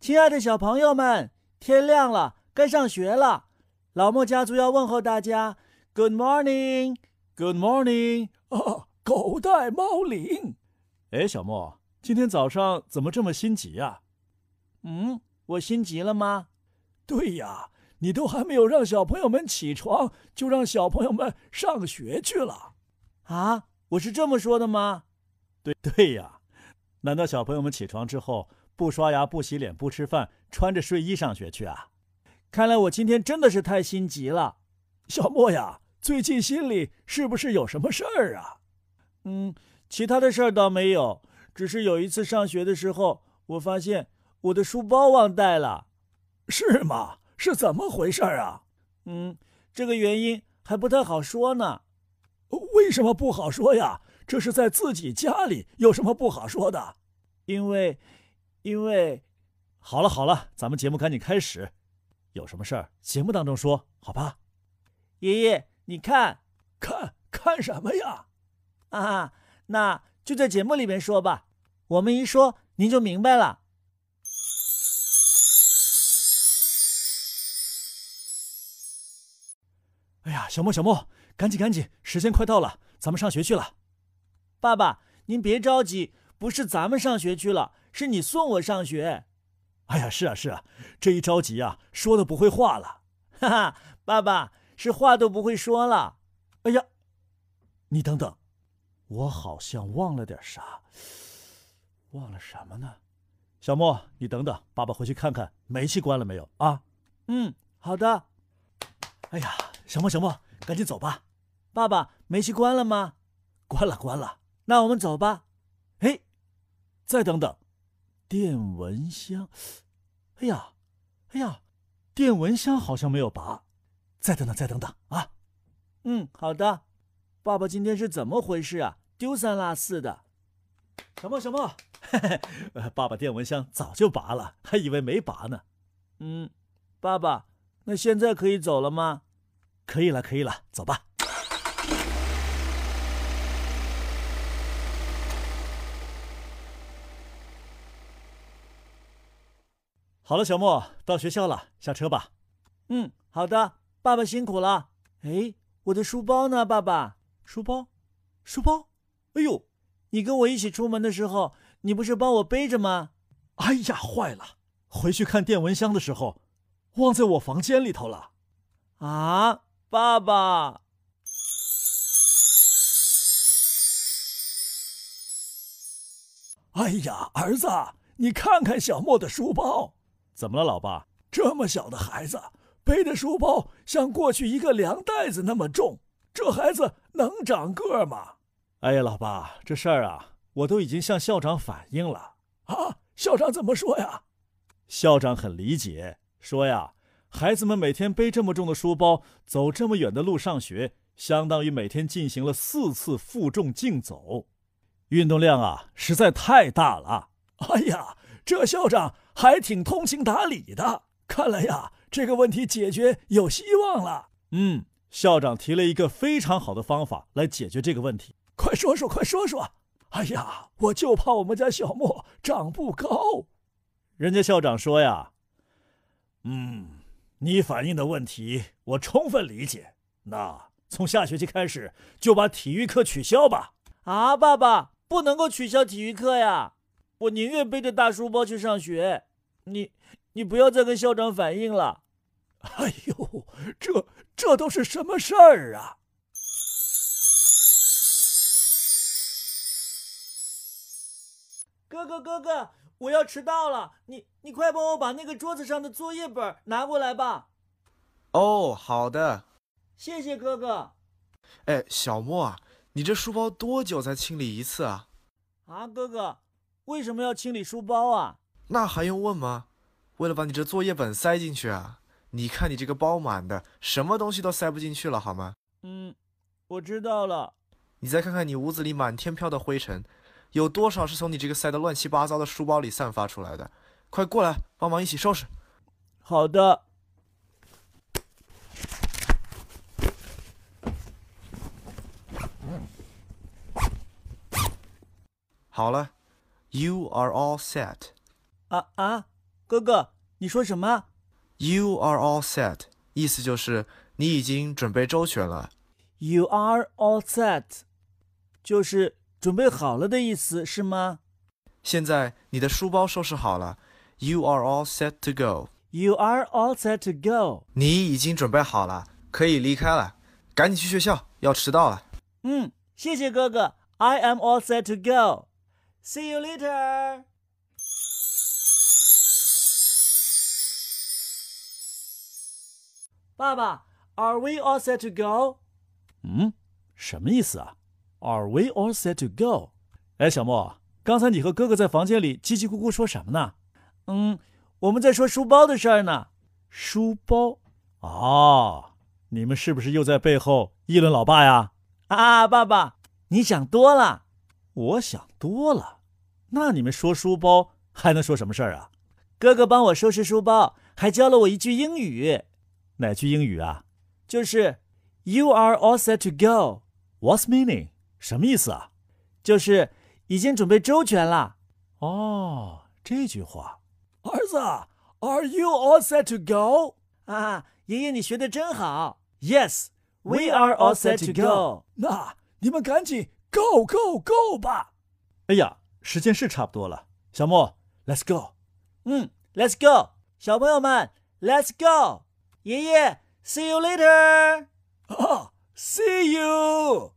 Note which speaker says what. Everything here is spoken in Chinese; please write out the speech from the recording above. Speaker 1: 亲爱的小朋友们，天亮了，该上学了。老莫家族要问候大家，Good morning，Good morning。
Speaker 2: 啊，狗带猫领。
Speaker 3: 哎，小莫，今天早上怎么这么心急
Speaker 1: 啊
Speaker 3: 呀、
Speaker 1: 嗯，我心急了吗？
Speaker 2: 对呀，你都还没有让小朋友们起床，就让小朋友们上学去了。
Speaker 1: 啊，我是这么说的吗？
Speaker 3: 对对呀，难道小朋友们起床之后不刷牙、不洗脸、不吃饭，穿着睡衣上学去啊？
Speaker 1: 看来我今天真的是太心急了。
Speaker 2: 小莫呀，最近心里是不是有什么事儿啊？
Speaker 1: 嗯，其他的事儿倒没有，只是有一次上学的时候，我发现我的书包忘带了。
Speaker 2: 是吗？是怎么回事儿啊？
Speaker 1: 嗯，这个原因还不太好说呢。
Speaker 2: 为什么不好说呀？这是在自己家里，有什么不好说的？
Speaker 1: 因为，因为，
Speaker 3: 好了好了，咱们节目赶紧开始，有什么事儿节目当中说，好吧？
Speaker 1: 爷爷，你看
Speaker 2: 看看什么呀？
Speaker 1: 啊，那就在节目里面说吧，我们一说您就明白了。
Speaker 3: 哎呀，小莫小莫，赶紧赶紧，时间快到了，咱们上学去了。
Speaker 1: 爸爸，您别着急，不是咱们上学去了，是你送我上学。
Speaker 3: 哎呀，是啊是啊，这一着急啊，说的不会话了。
Speaker 1: 哈哈，爸爸是话都不会说了。
Speaker 3: 哎呀，你等等，我好像忘了点啥，忘了什么呢？小莫，你等等，爸爸回去看看煤气关了没有啊？
Speaker 1: 嗯，好的。
Speaker 3: 哎呀，小莫小莫，赶紧走吧，
Speaker 1: 爸爸，煤气关了吗？
Speaker 3: 关了关了。
Speaker 1: 那我们走吧。
Speaker 3: 哎，再等等，电蚊香，哎呀，哎呀，电蚊香好像没有拔，再等等，再等等啊！
Speaker 1: 嗯，好的。爸爸今天是怎么回事啊？丢三落四的。
Speaker 3: 小莫，小莫，嘿嘿，呃 爸爸电蚊香早就拔了，还以为没拔呢。
Speaker 1: 嗯，爸爸，那现在可以走了吗？
Speaker 3: 可以了，可以了，走吧。好了，小莫，到学校了，下车吧。
Speaker 1: 嗯，好的，爸爸辛苦了。哎，我的书包呢，爸爸？
Speaker 3: 书包，书包，哎呦，
Speaker 1: 你跟我一起出门的时候，你不是帮我背着吗？
Speaker 3: 哎呀，坏了！回去看电蚊香的时候，忘在我房间里头了。
Speaker 1: 啊，爸爸，
Speaker 2: 哎呀，儿子，你看看小莫的书包，
Speaker 3: 怎么了，老爸？
Speaker 2: 这么小的孩子背的书包像过去一个粮袋子那么重，这孩子能长个儿吗？
Speaker 3: 哎呀，老爸，这事儿啊，我都已经向校长反映了。
Speaker 2: 啊，校长怎么说呀？
Speaker 3: 校长很理解，说呀，孩子们每天背这么重的书包，走这么远的路上学，相当于每天进行了四次负重竞走，运动量啊实在太大了。
Speaker 2: 哎呀，这校长还挺通情达理的，看来呀，这个问题解决有希望了。
Speaker 3: 嗯，校长提了一个非常好的方法来解决这个问题。
Speaker 2: 快说说，快说说！哎呀，我就怕我们家小莫长不高。
Speaker 3: 人家校长说呀：“嗯，你反映的问题我充分理解。那从下学期开始就把体育课取消吧。
Speaker 1: 啊，爸爸，不能够取消体育课呀！我宁愿背着大书包去上学。你，你不要再跟校长反映了。
Speaker 2: 哎呦，这这都是什么事儿啊？
Speaker 1: 哥哥，哥哥，我要迟到了，你你快帮我把那个桌子上的作业本拿过来吧。
Speaker 4: 哦，好的。
Speaker 1: 谢谢哥哥。
Speaker 4: 哎，小莫啊，你这书包多久才清理一次啊？
Speaker 1: 啊，哥哥，为什么要清理书包啊？
Speaker 4: 那还用问吗？为了把你这作业本塞进去啊！你看你这个包满的，什么东西都塞不进去了，好吗？
Speaker 1: 嗯，我知道了。
Speaker 4: 你再看看你屋子里满天飘的灰尘，有多少是从你这个塞得乱七八糟的书包里散发出来的？快过来帮忙一起收拾。
Speaker 1: 好的。
Speaker 4: 好了，You are all set。
Speaker 1: 啊啊，哥哥，你说什么？
Speaker 4: You are all set，意思就是你已经准备周全了。
Speaker 1: You are all set，就是准备好了的意思，是吗
Speaker 4: 现在你的书包收拾好了，You are all set to go，
Speaker 1: ？You are all set to go。
Speaker 4: 你已经准备好了，可以离开了，赶紧去学校，要迟到了。
Speaker 1: 嗯，谢谢哥哥，I am all set to go。See you later。爸爸，Are we all set to go？
Speaker 3: 嗯，什么意思啊？Are we all set to go？哎，小莫，刚才你和哥哥在房间里叽叽咕咕说什么呢？
Speaker 1: 嗯，我们在说书包的事儿呢。
Speaker 3: 书包哦，你们是不是又在背后议论老爸呀？
Speaker 1: 啊，爸爸，你想多了。
Speaker 3: 我想多了，那你们说书包还能说什么事儿啊？
Speaker 1: 哥哥帮我收拾书包，还教了我一句英语，
Speaker 3: 哪句英语啊
Speaker 1: 就是 “You are all set to go”，
Speaker 3: ？What's meaning？什么意思啊？
Speaker 1: 就是已经准备周全了。
Speaker 3: 哦，这句话
Speaker 2: 儿子，Are you all set to go？
Speaker 1: 啊，爷爷你学的真好。Yes，we are all set to go。
Speaker 2: 那你们赶紧 go go go 吧。
Speaker 3: 哎呀，时间是差不多了，小莫，Let's go。
Speaker 1: 嗯，Let's go，小朋友们，Let's go。爷爷，See you later。
Speaker 2: Oh, 啊，See you。